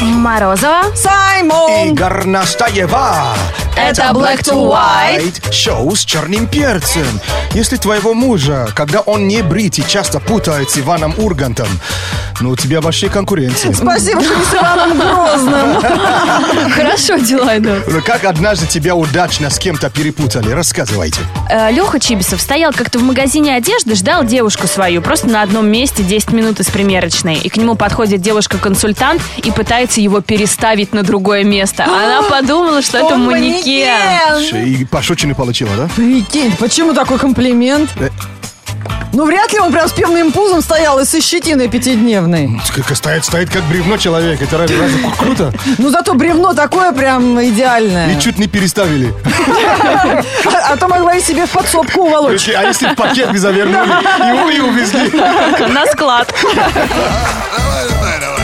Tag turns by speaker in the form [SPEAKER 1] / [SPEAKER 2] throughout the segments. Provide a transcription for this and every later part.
[SPEAKER 1] Морозова.
[SPEAKER 2] Саймон!
[SPEAKER 3] Игорь Настаева.
[SPEAKER 1] Это Black to White.
[SPEAKER 3] Шоу с черным перцем. Если твоего мужа, когда он не брит и часто путает с Иваном Ургантом, ну, у тебя вообще конкуренция.
[SPEAKER 2] Спасибо, что не с Иваном Грозным.
[SPEAKER 1] Хорошо дела идут.
[SPEAKER 3] Ну, Как однажды тебя удачно с кем-то перепутали? Рассказывайте.
[SPEAKER 1] Э, Леха Чибисов стоял как-то в магазине одежды, ждал девушку свою, просто на одном месте 10 минут из примерочной. И к нему подходит девушка-консультант и пытается его переставить на другое место. Она подумала, что это
[SPEAKER 2] Он
[SPEAKER 1] манекен.
[SPEAKER 2] манекен.
[SPEAKER 3] И пошучены получила, да?
[SPEAKER 2] Прикинь, почему такой комплимент?
[SPEAKER 3] Э.
[SPEAKER 2] Ну, вряд ли он прям с пивным пузом стоял и со щетиной пятидневной.
[SPEAKER 3] Как Стоит, стоит как бревно человек. Это разве, разве круто?
[SPEAKER 2] Ну, зато бревно такое прям
[SPEAKER 3] И
[SPEAKER 2] идеальное.
[SPEAKER 3] чуть не переставили.
[SPEAKER 2] А, а то могла и себе в подсобку уволочь.
[SPEAKER 3] А если в пакет не завернули, его и увезли.
[SPEAKER 1] На склад.
[SPEAKER 4] Давай, давай, давай.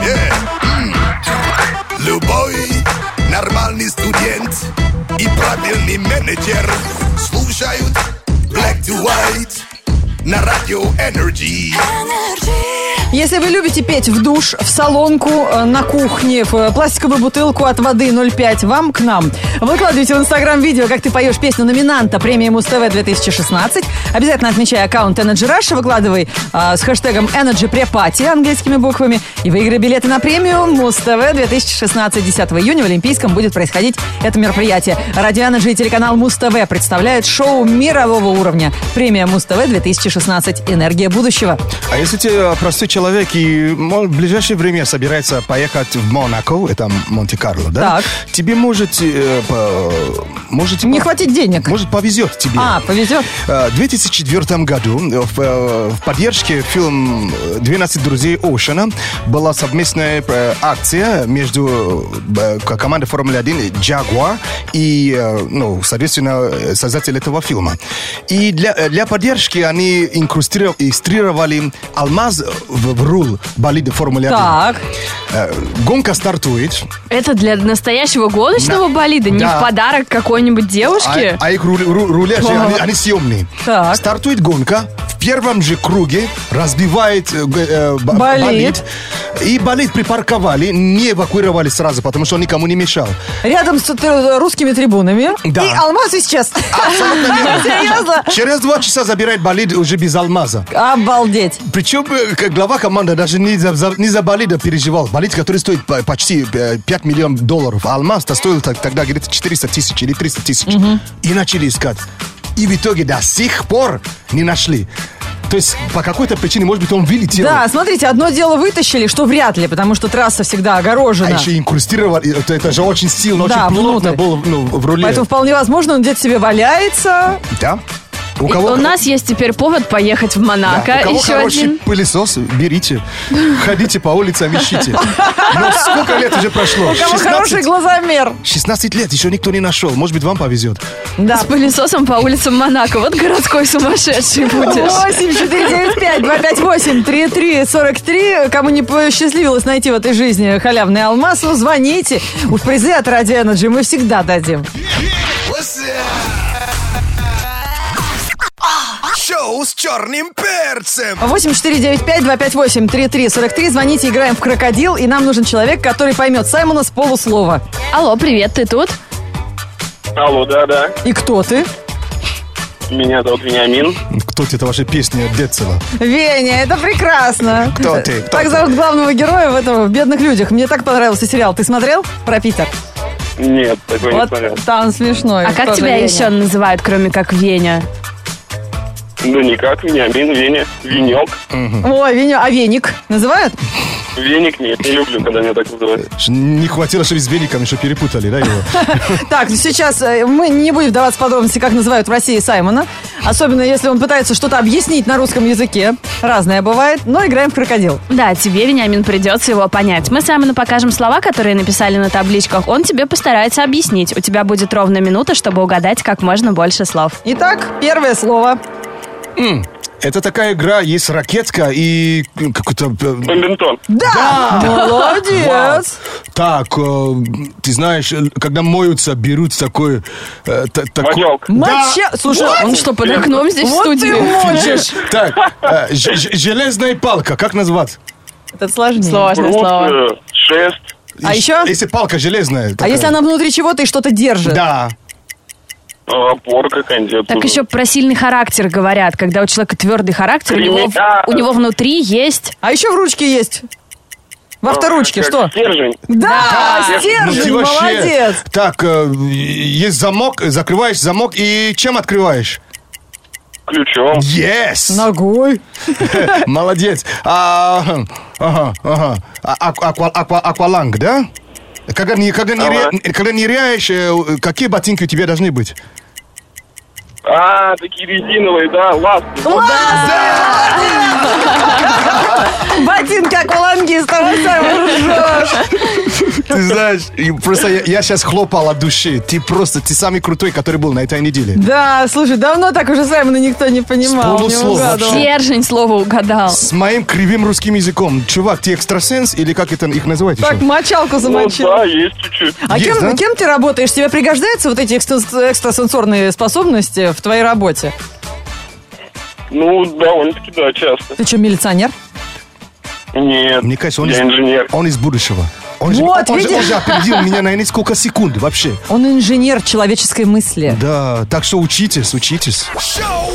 [SPEAKER 4] Yeah. Mm. М. Любой нормальный студент и правильный менеджер слушают Black to White на радио Energy.
[SPEAKER 2] Если вы любите петь в душ, в салонку, э, на кухне, в э, пластиковую бутылку от воды 0,5, вам к нам. Выкладывайте в Инстаграм видео, как ты поешь песню номинанта премии Муз-ТВ 2016. Обязательно отмечай аккаунт Energy Rush, выкладывай э, с хэштегом Energy Prepati английскими буквами и выиграй билеты на премию Муз-ТВ 2016. 10 июня в Олимпийском будет происходить это мероприятие. Радио Energy и телеканал Муз-ТВ представляют шоу мирового уровня. Премия Муз-ТВ 2016. Энергия будущего.
[SPEAKER 3] А если ты э, простой человек и может, в ближайшее время собирается поехать в Монако, это Монте-Карло, да?
[SPEAKER 2] Так.
[SPEAKER 3] Тебе может... э, по- может
[SPEAKER 2] Не хватит денег.
[SPEAKER 3] Может, повезет тебе.
[SPEAKER 2] А, повезет.
[SPEAKER 3] Э, В 2004 году э, в, э, в поддержке фильм э, «12 друзей Оушена» была совместная э, акция между э, к- командой «Формулы-1» «Джагуар» и, э, ну, соответственно, э, создатель этого фильма. И для, э, для поддержки они инкрустри- инкрустировали алмаз в, в руль болида «Формулы-1».
[SPEAKER 2] Так.
[SPEAKER 3] Э, Гонка стартует.
[SPEAKER 1] Это для настоящего гоночного
[SPEAKER 3] Да.
[SPEAKER 1] болида, не
[SPEAKER 3] Да.
[SPEAKER 1] в подарок какой-нибудь девушке.
[SPEAKER 3] А, а их ру- ру- руля же, они, они съемные.
[SPEAKER 2] Так.
[SPEAKER 3] Стартует гонка. В первом же круге разбивает э, г- э, б-
[SPEAKER 2] Болид.
[SPEAKER 3] болид. И болид припарковали, не эвакуировали сразу, потому что он никому не мешал.
[SPEAKER 2] Рядом с тр- русскими трибунами.
[SPEAKER 3] Да.
[SPEAKER 2] И алмаз исчез.
[SPEAKER 3] Абсолютно верно.
[SPEAKER 2] Серьезно?
[SPEAKER 3] Через два часа забирает болид уже без алмаза.
[SPEAKER 2] Обалдеть.
[SPEAKER 3] Причем э, как глава команды даже не за, за- не за болида переживал. Болид, который стоит по- почти э, 5 миллионов долларов. А алмаз-то стоил так- тогда где-то 400 тысяч или 300 тысяч. И начали искать. И в итоге до сих пор не нашли. То есть по какой-то причине, может быть, он вылетел.
[SPEAKER 2] Да, смотрите, одно дело вытащили, что вряд ли, потому что трасса всегда огорожена.
[SPEAKER 3] А еще инкрустировал, и это, это же очень сильно,
[SPEAKER 2] Да,
[SPEAKER 3] очень плотно
[SPEAKER 2] внутрь.
[SPEAKER 3] был ну, в руле.
[SPEAKER 2] Поэтому вполне возможно, он где-то себе валяется.
[SPEAKER 3] Да? а У
[SPEAKER 1] И
[SPEAKER 3] кого,
[SPEAKER 1] у нас есть теперь повод поехать в
[SPEAKER 3] да,
[SPEAKER 1] Монако.
[SPEAKER 3] у кого
[SPEAKER 1] Еще
[SPEAKER 3] хороший
[SPEAKER 1] один.
[SPEAKER 3] пылесос, берите. Ходите по улицам, ищите. Но сколько лет уже прошло?
[SPEAKER 2] У кого
[SPEAKER 3] 16?
[SPEAKER 2] хороший глазомер.
[SPEAKER 3] 16 лет, еще никто не нашел. Может быть, вам повезет.
[SPEAKER 2] Да.
[SPEAKER 1] С пылесосом по улицам Монако. Вот городской сумасшедший будешь.
[SPEAKER 2] 8 495 258 3343. Кому не посчастливилось найти в этой жизни халявный алмаз, ну, звоните. Уж призы от Радио Energy мы всегда дадим.
[SPEAKER 4] What's up? Шоу с черным перцем.
[SPEAKER 2] 8495-258-3343. Звоните, играем в крокодил, и нам нужен человек, который поймет Саймона с полуслова.
[SPEAKER 1] Алло, привет, ты тут?
[SPEAKER 5] Алло, да, да.
[SPEAKER 2] И кто ты?
[SPEAKER 5] Меня зовут Вениамин.
[SPEAKER 3] Кто тебе это ваша песня от Децела?
[SPEAKER 2] Веня, это прекрасно.
[SPEAKER 3] Кто ты? Кто
[SPEAKER 2] так
[SPEAKER 3] ты?
[SPEAKER 2] зовут главного героя в этом в «Бедных людях». Мне так понравился сериал. Ты смотрел про Питер?
[SPEAKER 5] Нет, такой не
[SPEAKER 2] вот
[SPEAKER 5] смотрел.
[SPEAKER 2] там смешной.
[SPEAKER 1] А как
[SPEAKER 2] Тоже
[SPEAKER 1] тебя
[SPEAKER 2] Веня.
[SPEAKER 1] еще называют, кроме как Веня?
[SPEAKER 5] Ну никак, Вениамин, Веня, Венек.
[SPEAKER 2] Ой, Веня, а веник называют?
[SPEAKER 5] Веник нет, не люблю, когда меня так называют.
[SPEAKER 3] Ж- Не хватило, чтобы с веником еще перепутали, да, его?
[SPEAKER 2] Так, сейчас э, мы не будем вдаваться в подробности, как называют в России Саймона. Особенно, если он пытается что-то объяснить на русском языке. Разное бывает, но играем в крокодил.
[SPEAKER 1] Да, тебе, Вениамин, придется его понять. Мы Саймону покажем слова, которые написали на табличках. Он тебе постарается объяснить. У тебя будет ровно минута, чтобы угадать как можно больше слов.
[SPEAKER 2] Итак, первое слово.
[SPEAKER 3] Это такая игра, есть ракетка и какой-то... э,
[SPEAKER 5] Бомбинтон.
[SPEAKER 2] Да!
[SPEAKER 3] Вау.
[SPEAKER 2] Молодец!
[SPEAKER 3] Так, э, ты знаешь, э, когда моются, берут такой... э, та- такой-
[SPEAKER 5] Мочалка.
[SPEAKER 2] Моча... Слушай, он
[SPEAKER 1] что, под окном здесь
[SPEAKER 2] Вот ты мочишь!
[SPEAKER 3] Так, э, ж- ж- железная палка, как назвать?
[SPEAKER 2] Это сложнее.
[SPEAKER 1] Сложное
[SPEAKER 5] Крут,
[SPEAKER 1] слово.
[SPEAKER 5] э, шест,
[SPEAKER 2] А
[SPEAKER 3] И-
[SPEAKER 2] еще?
[SPEAKER 3] Если палка железная.
[SPEAKER 2] А
[SPEAKER 3] такая.
[SPEAKER 2] если она внутри чего-то и что-то держит?
[SPEAKER 3] Да.
[SPEAKER 5] а, опора какая-нибудь.
[SPEAKER 1] Так еще про сильный характер говорят. Когда у человека твердый характер, у него, в-
[SPEAKER 5] Да.
[SPEAKER 1] у него внутри есть...
[SPEAKER 2] А еще в ручке есть. Во вторучке
[SPEAKER 5] А, Как
[SPEAKER 2] что?
[SPEAKER 5] Стержень.
[SPEAKER 2] Да,
[SPEAKER 5] Да.
[SPEAKER 3] Ну, ты
[SPEAKER 2] стержень,
[SPEAKER 3] вообще-
[SPEAKER 2] молодец.
[SPEAKER 3] Так, э, есть замок, закрываешь замок и чем открываешь?
[SPEAKER 5] Ключом.
[SPEAKER 3] Yes!
[SPEAKER 2] Ну, Ногой.
[SPEAKER 3] Молодец. А, ага, ага. А- аква- аква- акваланг, да? Когда, не- когда, не
[SPEAKER 5] Ага.
[SPEAKER 3] ре- когда ныряешь, э, какие ботинки у тебя должны быть?
[SPEAKER 5] А, такие резиновые, да, ласки.
[SPEAKER 2] Ботинки аквалангиста, вы сами ржешь.
[SPEAKER 3] Ты знаешь, и просто я, сейчас хлопал от души. Ты просто, ты самый крутой, который был на этой неделе.
[SPEAKER 2] Да, слушай, давно так уже Саймона никто не понимал.
[SPEAKER 3] С
[SPEAKER 2] не
[SPEAKER 3] полуслова
[SPEAKER 2] угадывал.
[SPEAKER 3] вообще.
[SPEAKER 1] Стержень слово угадал.
[SPEAKER 3] С моим кривым русским языком. Чувак, ты экстрасенс или как это их называют
[SPEAKER 2] Так,
[SPEAKER 3] еще?
[SPEAKER 2] мочалку
[SPEAKER 5] Ну
[SPEAKER 2] замочил.
[SPEAKER 5] да, есть чуть-чуть.
[SPEAKER 2] А
[SPEAKER 3] Есть,
[SPEAKER 2] кем,
[SPEAKER 3] да?
[SPEAKER 2] кем ты работаешь? Тебе пригождаются вот эти экстра- экстрасенсорные способности в твоей работе?
[SPEAKER 5] Ну, довольно-таки, да, часто.
[SPEAKER 2] Ты что, милиционер?
[SPEAKER 5] Нет,
[SPEAKER 3] Мне кажется, он,
[SPEAKER 5] я
[SPEAKER 3] из,
[SPEAKER 5] инженер.
[SPEAKER 3] он из будущего. Он
[SPEAKER 2] Вот,
[SPEAKER 3] же, он, же, он
[SPEAKER 2] видишь?
[SPEAKER 3] же опередил меня на несколько секунд вообще.
[SPEAKER 2] Он инженер человеческой мысли.
[SPEAKER 3] Да, так что учитесь, учитесь.
[SPEAKER 4] Шоу!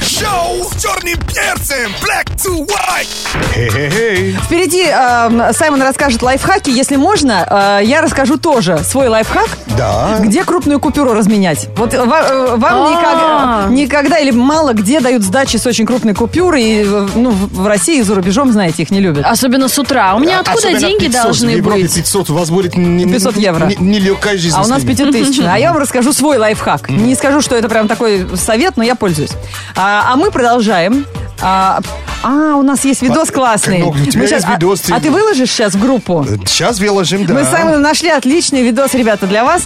[SPEAKER 4] Шоу с черным перцем! Black to white!
[SPEAKER 3] Хе-хе-хей.
[SPEAKER 2] Впереди эм, Саймон расскажет лайфхаки. Если можно, э, я расскажу тоже свой лайфхак.
[SPEAKER 3] Да.
[SPEAKER 2] Где крупную купюру разменять? Вот э, ва- э, вам никогда,
[SPEAKER 1] А.
[SPEAKER 2] никогда или мало где дают сдачи с очень крупной купюрой. И, э, ну, в в России и за рубежом, знаете, их не любят.
[SPEAKER 3] А,
[SPEAKER 1] Особенно с утра. У меня откуда
[SPEAKER 3] Особенно
[SPEAKER 1] деньги
[SPEAKER 3] 500, в
[SPEAKER 1] должны
[SPEAKER 3] Европе
[SPEAKER 1] быть?
[SPEAKER 3] 500, у вас будет не- не-
[SPEAKER 2] 500 евро.
[SPEAKER 3] не- нелегкая жизнь.
[SPEAKER 2] А у нас
[SPEAKER 3] с ними.
[SPEAKER 2] пятитысячная. А я вам расскажу свой лайфхак. Не скажу, что это прям такой совет, но я пользуюсь. А, а мы продолжаем. А, а, у нас есть видос
[SPEAKER 3] Па-
[SPEAKER 2] классный.
[SPEAKER 3] Ну, у тебя
[SPEAKER 2] Мы
[SPEAKER 3] есть
[SPEAKER 2] а-
[SPEAKER 3] видос, ты-
[SPEAKER 2] А, ты выложишь сейчас в группу?
[SPEAKER 3] Сейчас выложим, да.
[SPEAKER 2] Мы с Саймоном нашли отличный видос, ребята, для вас.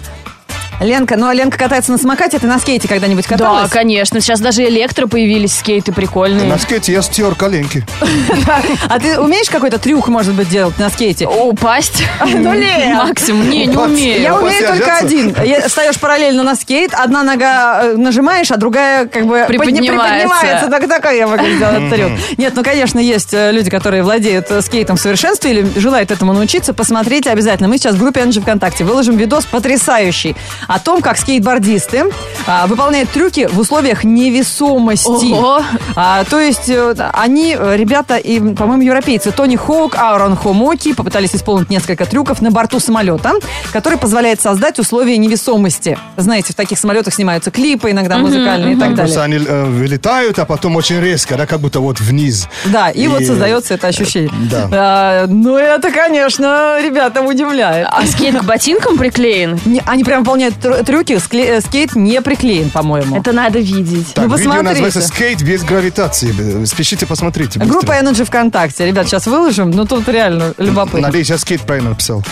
[SPEAKER 2] Ленка, ну а Ленка катается на самокате, ты на скейте когда-нибудь
[SPEAKER 1] Да,
[SPEAKER 2] каталась?
[SPEAKER 1] конечно. Сейчас даже электро появились, скейты прикольные.
[SPEAKER 3] На скейте я стер коленки.
[SPEAKER 2] А ты умеешь какой-то трюк, может быть, делать на скейте?
[SPEAKER 1] Упасть?
[SPEAKER 2] Ну, Лен.
[SPEAKER 1] Максим, не, не
[SPEAKER 3] Упасть.
[SPEAKER 1] умею.
[SPEAKER 2] Я
[SPEAKER 3] Упасть и
[SPEAKER 2] умею только
[SPEAKER 3] отжаться?
[SPEAKER 2] один. Я- Встаешь параллельно на скейт, одна нога э, нажимаешь, а другая как бы подня-
[SPEAKER 1] Приподнимается.
[SPEAKER 2] приподнимается. Так такой я могу сделать трюк. Нет, ну, конечно, есть э, люди, которые владеют э, скейтом в совершенстве или желают этому научиться. Посмотрите обязательно. Мы сейчас в группе Энджи ВКонтакте выложим видос потрясающий о том, как скейтбордисты а, выполняют трюки в условиях невесомости.
[SPEAKER 1] Ого.
[SPEAKER 2] А, то есть э, они, э, ребята, и, по-моему, европейцы, Тони Хоук, Аарон Хомоки попытались исполнить несколько трюков на борту самолета, который позволяет создать условия невесомости. Знаете, в таких самолетах снимаются клипы иногда музыкальные и так
[SPEAKER 3] Просто
[SPEAKER 2] далее.
[SPEAKER 3] они э, вылетают, а потом очень резко, да, как будто вот вниз.
[SPEAKER 2] Да, и, вот создается это ощущение.
[SPEAKER 3] э, да.
[SPEAKER 2] А, ну, это, конечно, ребята, удивляет.
[SPEAKER 1] А скейт к ботинкам приклеен?
[SPEAKER 2] Не- они прям выполняют трю- трюки, скле- э, скейт не приклеен, по-моему.
[SPEAKER 1] Это надо видеть.
[SPEAKER 3] Так,
[SPEAKER 2] Ну,
[SPEAKER 3] видео
[SPEAKER 2] посмотрите.
[SPEAKER 3] называется «Скейт без гравитации». Э, Спешите, посмотрите. быстро.
[SPEAKER 2] Группа Energy ВКонтакте. Ребят, сейчас выложим, ну тут реально любопытно.
[SPEAKER 3] Надеюсь, я скейт правильно написал.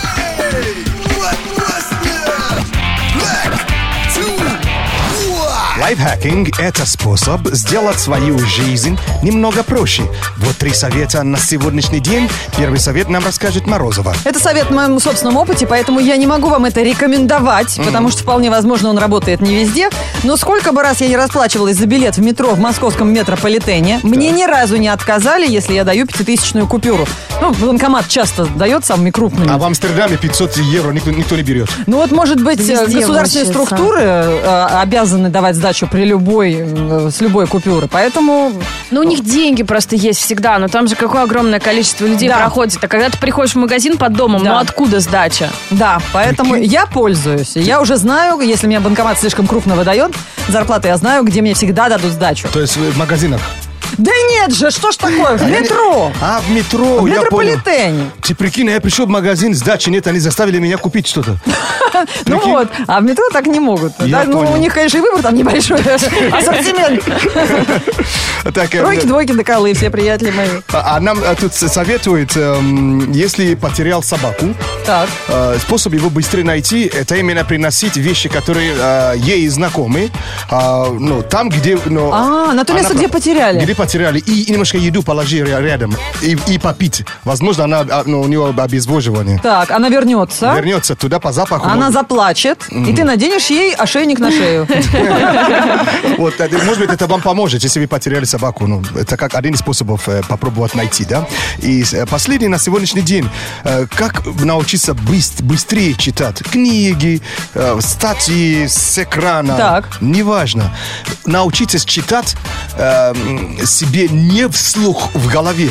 [SPEAKER 4] What was that? Black to white!
[SPEAKER 3] Лайфхакинг – это способ сделать свою жизнь немного проще. Вот три совета на сегодняшний день. Первый совет нам расскажет Морозова.
[SPEAKER 2] Это совет в моем собственном опыте, поэтому я не могу вам это рекомендовать, потому что вполне возможно он работает не везде. Но сколько бы раз я не расплачивалась за билет в метро в московском метрополитене, мне ни разу не отказали, если я даю пятитысячную купюру. Ну, банкомат часто дает самыми крупными.
[SPEAKER 3] А в Амстердаме 500 евро никто, никто не берет.
[SPEAKER 2] Ну вот, может быть, э,
[SPEAKER 1] Везде
[SPEAKER 2] государственные
[SPEAKER 1] мучается.
[SPEAKER 2] структуры э, обязаны давать сдачу при любой, э, с любой купюры, поэтому...
[SPEAKER 1] Ну, у них деньги просто есть всегда, но там же какое огромное количество людей
[SPEAKER 2] Да.
[SPEAKER 1] проходит. А когда ты приходишь в магазин под домом,
[SPEAKER 2] Да.
[SPEAKER 1] ну откуда сдача?
[SPEAKER 2] Да, поэтому я пользуюсь. Я уже знаю, если меня банкомат слишком крупно выдает, зарплаты я знаю, где мне всегда дадут сдачу.
[SPEAKER 3] То есть в магазинах.
[SPEAKER 2] Да нет же, что ж такое, в метро,
[SPEAKER 3] А, в метро,
[SPEAKER 2] в
[SPEAKER 3] я понял.
[SPEAKER 2] метрополитене.
[SPEAKER 3] Ты прикинь, а я пришел в магазин, сдачи нет, они заставили меня купить что-то.
[SPEAKER 2] Ну
[SPEAKER 3] Прикинь.
[SPEAKER 2] вот, а в метро так не могут.
[SPEAKER 3] Я
[SPEAKER 2] Да, ну,
[SPEAKER 3] понял.
[SPEAKER 2] у них, конечно, и выбор там небольшой, ассортимент.
[SPEAKER 3] Так, э,
[SPEAKER 2] Тройки, двойки, доколы, все приятели мои.
[SPEAKER 3] а а нам э, тут советует, эм, если потерял собаку,
[SPEAKER 2] Так.
[SPEAKER 3] Э, Способ его быстрее найти, это именно приносить вещи, которые э, ей знакомы, а, ну, там, где... ну,
[SPEAKER 2] А, на то место, где потеряли.
[SPEAKER 3] Где потеряли. И немножко еду положи ря- рядом. И, и попить. Возможно, она, а, ну, у нее обезвоживание.
[SPEAKER 2] Так, она вернется.
[SPEAKER 3] Вернется туда по запаху.
[SPEAKER 2] Она заплачет, и ты наденешь ей ошейник на шею.
[SPEAKER 3] Вот, э, может быть, это вам поможет, если вы потеряли собаку. Ну, это как один из способов э, попробовать найти, да? И э, последний на сегодняшний день. э, Как научиться быс- быстрее читать книги, э, статьи с экрана?
[SPEAKER 2] Так.
[SPEAKER 3] Неважно. Научитесь читать э, м, себе не вслух в голове.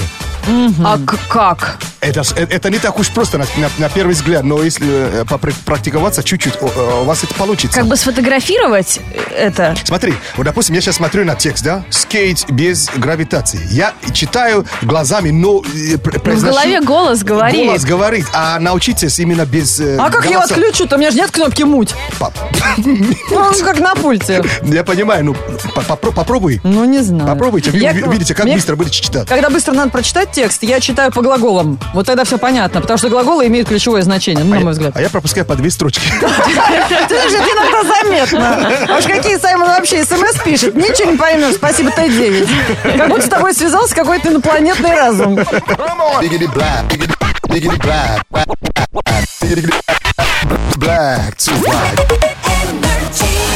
[SPEAKER 1] А к- как?
[SPEAKER 3] Это, ж- э, это не так уж просто на, на- на первый взгляд, но если э, попри- практиковаться чуть-чуть, о, э, у вас это получится.
[SPEAKER 1] Как бы сфотографировать это?
[SPEAKER 3] Смотри, вот, допустим, я сейчас смотрю на текст, да? Скейт без гравитации. Я читаю глазами, но... э, пр-
[SPEAKER 1] в
[SPEAKER 3] произношу-
[SPEAKER 1] голове голос говорит.
[SPEAKER 3] Голос говорит, а научитесь именно без... э,
[SPEAKER 2] А как я его
[SPEAKER 3] голоса.
[SPEAKER 2] отключу-то? У меня же нет кнопки муть.
[SPEAKER 3] Пап,
[SPEAKER 2] Ну, как на пульте.
[SPEAKER 3] Я понимаю, ну, по- попро- попробуй.
[SPEAKER 2] Ну, не знаю.
[SPEAKER 3] Попробуйте, вы
[SPEAKER 2] Я-
[SPEAKER 3] уви- видите, как
[SPEAKER 2] мне-
[SPEAKER 3] быстро будете читать.
[SPEAKER 2] Когда быстро надо прочитать текст, я читаю по глаголам. Вот тогда все понятно, потому что глаголы имеют ключевое значение, ну, на мой взгляд.
[SPEAKER 3] А я пропускаю по две строчки.
[SPEAKER 2] Ты же иногда заметно. А Уж какие Саймон вообще смс пишет, ничего не поймешь. Спасибо, Т-9. Как будто с тобой связался какой-то инопланетный разум.
[SPEAKER 6] Biggity black, biggity, biggity black, black, black, black to white.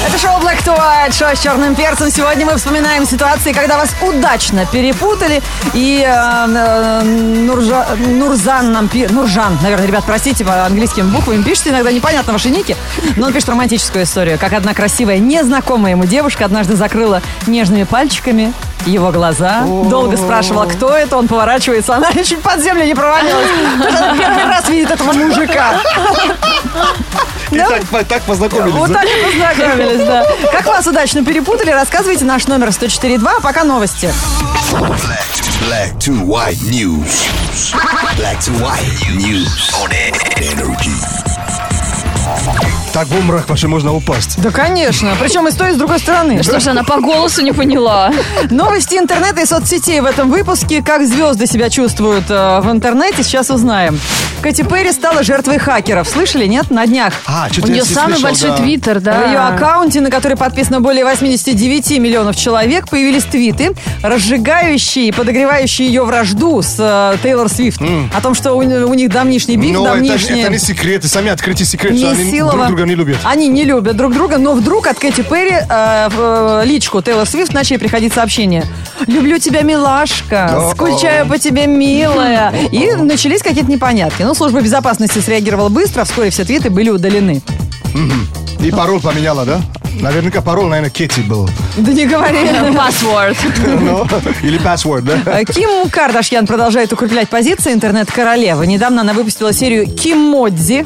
[SPEAKER 2] Это шоу Black to White, шоу с черным перцем. Сегодня мы вспоминаем ситуации, когда вас удачно перепутали. И э, э, Нуржа- Нурзан нам пи- Нуржан, наверное, ребят, простите, по английскими буквами пишет. Иногда непонятно ваши ники. Но он пишет романтическую историю. Как одна красивая, незнакомая ему девушка однажды закрыла нежными пальчиками его глаза. Долго спрашивала, кто это. Он поворачивается, она еще под землю не провалилась. Потому что она первый раз видит этого мужика.
[SPEAKER 3] И так по- так познакомились.
[SPEAKER 2] Вот
[SPEAKER 3] да?
[SPEAKER 2] так и познакомились, да. Как вас удачно перепутали, рассказывайте наш номер 104.2, а пока новости.
[SPEAKER 6] Black to white news. Black to white news on energy.
[SPEAKER 3] Так в умрах вообще можно упасть.
[SPEAKER 2] Да, конечно. Причем и с той, и с другой стороны.
[SPEAKER 1] Что же она по голосу не поняла?
[SPEAKER 2] Новости интернета и соцсетей в этом выпуске. Как звезды себя чувствуют э, в интернете, сейчас узнаем. Кэти Перри стала жертвой хакеров. Слышали, нет? На днях.
[SPEAKER 3] А,
[SPEAKER 1] У
[SPEAKER 3] что-то я
[SPEAKER 1] нее
[SPEAKER 3] не
[SPEAKER 1] самый
[SPEAKER 3] слышал,
[SPEAKER 1] большой
[SPEAKER 3] да.
[SPEAKER 1] твиттер,
[SPEAKER 2] В ее
[SPEAKER 1] да.
[SPEAKER 2] аккаунте, на который подписано более 89 миллионов человек, появились твиты, разжигающие и подогревающие ее вражду с э, Тейлор Свифт. О том, что у, у них давнишний биф,
[SPEAKER 3] Но это, ж-
[SPEAKER 2] давнишний...
[SPEAKER 3] это не секреты, Э, сами открытие секрет, что они
[SPEAKER 2] Несилова.
[SPEAKER 3] друг друга не любят.
[SPEAKER 2] Они не любят друг друга, но вдруг от Кэти Перри э, в э, личку Тейлор Свифт начали приходить сообщения. «Люблю тебя, милашка»,
[SPEAKER 3] Да.
[SPEAKER 2] «Скучаю по тебе, милая». И начались какие-то непонятки. Но служба безопасности среагировала быстро, а вскоре все твиты были удалены.
[SPEAKER 3] И пароль поменяла, да? Наверняка пароль, наверное, Кетти был.
[SPEAKER 2] Да не говори.
[SPEAKER 1] э, Password.
[SPEAKER 3] Ну, Или password, да?
[SPEAKER 2] Э, Ким Кардашьян продолжает укреплять позиции интернет-королевы. Недавно она выпустила серию Кимодзи.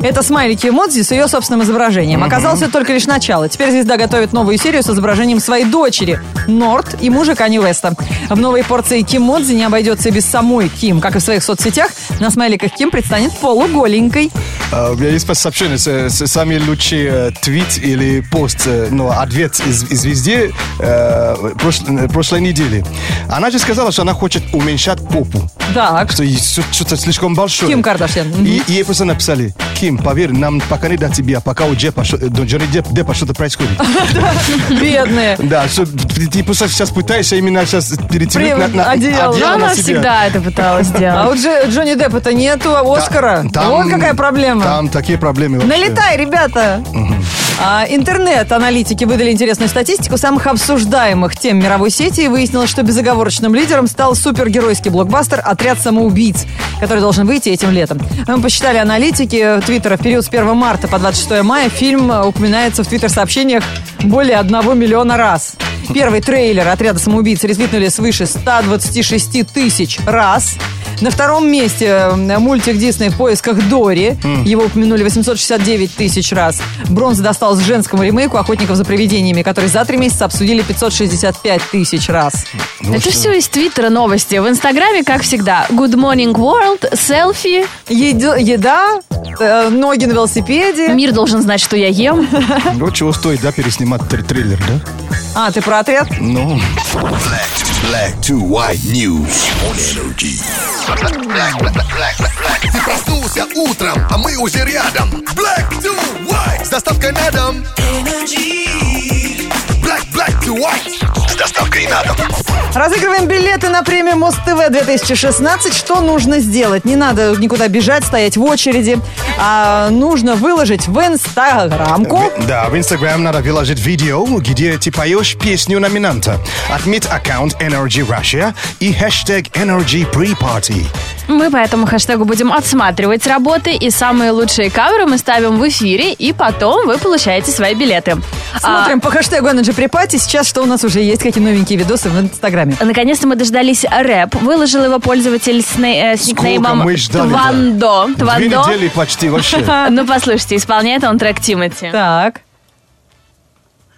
[SPEAKER 2] Это смайлики эмодзи с ее собственным изображением. Оказалось, это только лишь начало. Теперь звезда готовит новую серию с изображением своей дочери Норт и мужа Кани Веста. В новой порции Кимодзи не обойдется и без самой Ким. Как и в своих соцсетях, на смайликах Ким предстанет полуголенькой.
[SPEAKER 3] Э, У меня есть сообщение, с- с- самый лучший э, твит или пост, э, ну, ответ из, из везде э, прош- э, прошлой недели. Она же сказала, что она хочет уменьшать попу,
[SPEAKER 2] Так.
[SPEAKER 3] что ей всё- что-то слишком большое.
[SPEAKER 2] Ким Кардашьян. Мгм.
[SPEAKER 3] И, и ей просто написали, Ким, поверь, нам пока не до тебя, пока у Джепа, что- э, до Джонни Деп- Деппа что-то происходит.
[SPEAKER 2] Бедные.
[SPEAKER 3] Да, что ты, ты просто сейчас пытаешься именно сейчас перетянуть
[SPEAKER 2] Прям
[SPEAKER 3] на, на-
[SPEAKER 2] одеяло.
[SPEAKER 3] одеяло
[SPEAKER 1] Она
[SPEAKER 3] на себя.
[SPEAKER 1] всегда это пыталась
[SPEAKER 2] А
[SPEAKER 1] делать.
[SPEAKER 2] у Дж- Джонни Деппа-то нету, а Оскара.
[SPEAKER 3] Там-
[SPEAKER 2] вот какая проблема.
[SPEAKER 3] Там такие проблемы вообще.
[SPEAKER 2] Налетай, ребята! А, интернет-аналитики выдали интересную статистику самых обсуждаемых тем мировой сети и выяснилось, что безоговорочным лидером стал супергеройский блокбастер «Отряд самоубийц», который должен выйти этим летом. Мы посчитали аналитики Твиттера в период с 1 марта по 26 мая фильм э, упоминается в Твиттер-сообщениях более 1 миллиона раз. Первый трейлер «Отряда самоубийц» ретвитнули свыше 126 тысяч раз. На втором месте э, мультик Дисней в поисках Дори. Его упомянули 869 тысяч раз. Бронза досталась женскому ремейку «Охотников за привидениями», который за три месяца обсудили 565 тысяч раз.
[SPEAKER 3] Ну,
[SPEAKER 1] Это все из Твиттера новости. В Инстаграме, как всегда, Good Morning World, селфи.
[SPEAKER 2] Еди- еда, э, ноги на велосипеде.
[SPEAKER 1] Мир должен знать, что я ем.
[SPEAKER 3] Ну, чего стоит, да, переснимать тр- триллер, да?
[SPEAKER 2] А, ты про отряд?
[SPEAKER 3] Ну,
[SPEAKER 6] Black to
[SPEAKER 4] Black to white news on energy.
[SPEAKER 6] Black, black, black, black.
[SPEAKER 4] Ты проснулся утром, а мы уже рядом. Black to white с доставкой на дом. Black, black to white с доставкой на дом.
[SPEAKER 2] Разыгрываем билеты на премию Мост ТВ 2016. Что нужно сделать? Не надо никуда бежать, стоять в очереди, а нужно выложить в инстаграмку.
[SPEAKER 3] В- Да, в Инстаграм надо выложить видео, где ты поешь песню номинанта. Отметь аккаунт Energy Russia и хэштег Energy Pre-Party.
[SPEAKER 1] Мы по этому хэштегу будем отсматривать работы, и самые лучшие каверы мы ставим в эфире, и потом вы получаете свои билеты. А,
[SPEAKER 2] Смотрим по хэштегу Energy Припати сейчас, что у нас уже есть, какие новенькие видосы в инстаграме.
[SPEAKER 1] А, Наконец-то мы дождались рэп. Выложил его пользователь с, ней- э, с
[SPEAKER 3] Сколько
[SPEAKER 1] никнеймом
[SPEAKER 3] мы ждали, да.
[SPEAKER 1] Твандо.
[SPEAKER 3] Две
[SPEAKER 1] Твандо.
[SPEAKER 3] недели почти вообще.
[SPEAKER 1] Ну, послушайте, исполняет он трек Тимати.
[SPEAKER 2] Так.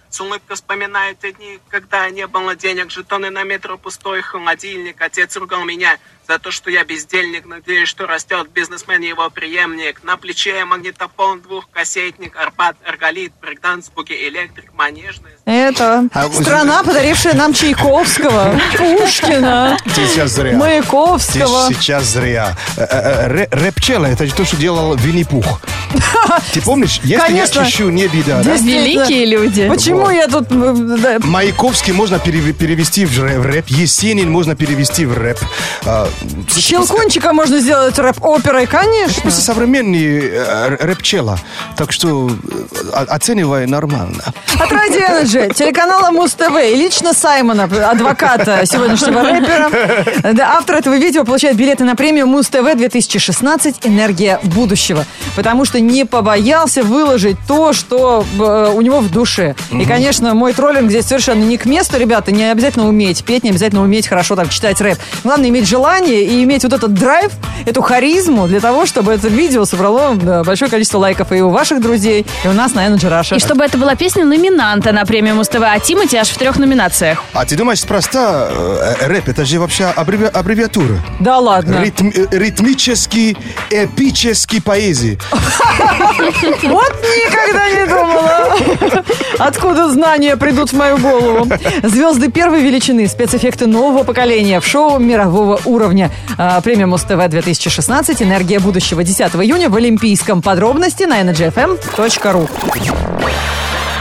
[SPEAKER 7] С улыбкой вспоминаю те дни, когда не было денег, жетоны на метро, пустой холодильник. Отец ругал меня за то, что я бездельник. Надеюсь, что растет бизнесмен и его преемник. На плече магнитофон, двухкассетник, арбат, арголит, брекданс, буги, электрик, манежный.
[SPEAKER 2] Это
[SPEAKER 3] А вы-
[SPEAKER 2] страна, подарившая нам Чайковского, Пушкина,
[SPEAKER 3] Ты сейчас зря. Ты
[SPEAKER 2] Маяковского.
[SPEAKER 3] сейчас зря. Э, э, э, рэ- Рэпчела, это же то, что делал Винни-Пух. Ты помнишь? Если я
[SPEAKER 2] Конечно.
[SPEAKER 3] чищу, не беда. да?
[SPEAKER 2] Действительно.
[SPEAKER 1] Великие люди.
[SPEAKER 2] Почему я тут... э, да,
[SPEAKER 3] Маяковский можно пере- перевести в рэ- в рэп, Есенин можно перевести в рэп. А,
[SPEAKER 2] с Щелкунчика можно сделать рэп-оперой, конечно.
[SPEAKER 3] Просто современный э, рэпчела. Так что э, о- оценивай нормально.
[SPEAKER 2] От Радио Energy, телеканала Муз-ТВ и лично Саймона, адвоката сегодняшнего рэпера. Да, автор этого видео получает билеты на премию Муз-ТВ 2016 «Энергия будущего». Потому что не побоялся выложить то, что э, у него в душе. И, конечно, мой троллинг здесь совершенно не к месту, ребята. Не обязательно уметь петь, не обязательно уметь хорошо там читать рэп. Главное иметь желание и иметь вот этот драйв, эту харизму для того, чтобы это видео собрало да, большое количество лайков и у ваших друзей, и у нас на Energy Russia.
[SPEAKER 1] И чтобы это была песня номинанта на премию Муз-ТВ, а Тимати аж в трех номинациях.
[SPEAKER 3] А ты думаешь, просто э, рэп, это же вообще аббреви- аббревиатура.
[SPEAKER 2] Да ладно.
[SPEAKER 3] Ритм- э, ритмический, эпический поэзии.
[SPEAKER 2] Вот никогда не думала. Откуда знания придут в мою голову? Звезды первой величины, спецэффекты нового поколения в шоу мирового уровня. А, Премия Муз-ТВ 2016. Энергия будущего 10 июня в Олимпийском. Подробности на energyfm.ru.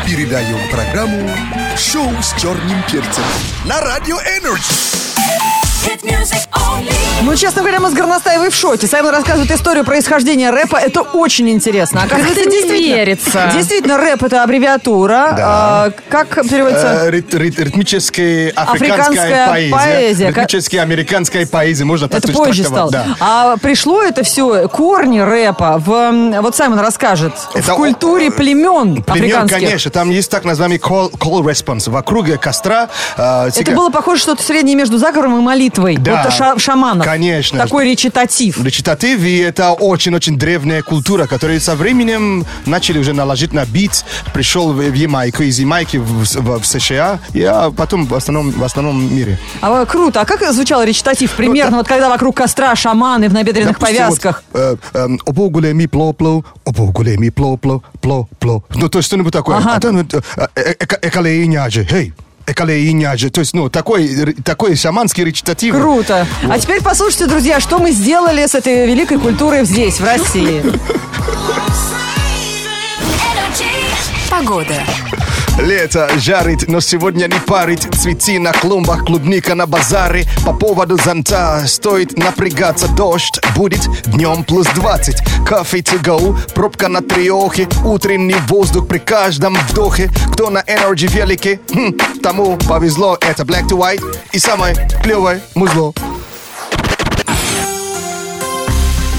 [SPEAKER 4] Передаем программу «Шоу с черным перцем» на Радио Energy.
[SPEAKER 8] Hit music only.
[SPEAKER 2] Ну, честно говоря, мы с Горностаевой в шоке. Саймон рассказывает историю происхождения рэпа. Это очень интересно. Оказывается,
[SPEAKER 1] Как-то не
[SPEAKER 2] действительно-
[SPEAKER 1] верится.
[SPEAKER 2] Действительно, рэп – это аббревиатура. А, Как переводится?
[SPEAKER 3] Э, рит- рит- Ритмическая
[SPEAKER 2] Африканская
[SPEAKER 3] африканская
[SPEAKER 2] поэзия.
[SPEAKER 3] поэзия. Ритмическая американская поэзия. Можно так
[SPEAKER 2] Это
[SPEAKER 3] тоже
[SPEAKER 2] позже
[SPEAKER 3] трактовать,
[SPEAKER 2] стало.
[SPEAKER 3] да.
[SPEAKER 2] А пришло это все, корни рэпа, в, м, вот Саймон расскажет,
[SPEAKER 3] Это
[SPEAKER 2] в
[SPEAKER 3] о-
[SPEAKER 2] культуре племен
[SPEAKER 3] Пример,
[SPEAKER 2] африканских.
[SPEAKER 3] конечно, там есть так называемый call, call response. Вокруг э, костра... э,
[SPEAKER 2] Это
[SPEAKER 3] сига-
[SPEAKER 2] было похоже что-то среднее между заговором и молитвой.
[SPEAKER 3] Да.
[SPEAKER 2] Вот ша- шаманов.
[SPEAKER 3] Конечно.
[SPEAKER 2] Такой речитатив.
[SPEAKER 3] Речитатив, и это очень-очень древняя культура, которую со временем начали уже наложить на бит. Пришел в в Ямайку, из Ямайки в, в- в США, и а потом в основном, в основном мире.
[SPEAKER 2] А, э, круто. А как звучал речитатив примерно, вот когда вокруг костра шаманы в набедренных
[SPEAKER 3] Ну, Допустим,
[SPEAKER 2] повязках?
[SPEAKER 3] вот, э, э, «Обо гулеми пло-пло, обо гулеми пло-пло, пло-пло». Ну, то есть что-нибудь такое.
[SPEAKER 2] Ага.
[SPEAKER 3] А там, э, э, эка- экалеи няджи, «Хей, экалеи няджи». То есть, ну, такой, э, такой шаманский речитатив.
[SPEAKER 2] Круто. А теперь послушайте, друзья, что мы сделали с этой великой культурой здесь, в России.
[SPEAKER 8] Energy. Погода.
[SPEAKER 3] Лето жарит, но сегодня не парит Цветы на клумбах, клубника на базаре По поводу зонта стоит напрягаться Дождь будет днем плюс 20 Кофе to go, пробка на триохе Утренний воздух при каждом вдохе Кто на Energy велике, хм, тому повезло Это Black to White и самое клевое музло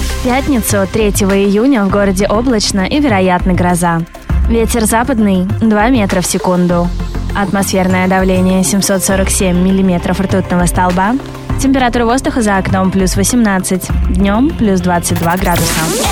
[SPEAKER 9] В пятницу, 3 июня, в городе облачно и, вероятно, гроза. Ветер западный 2 метра в секунду. Атмосферное давление 747 миллиметров ртутного столба. Температура воздуха за окном плюс 18, днем плюс 22 градуса.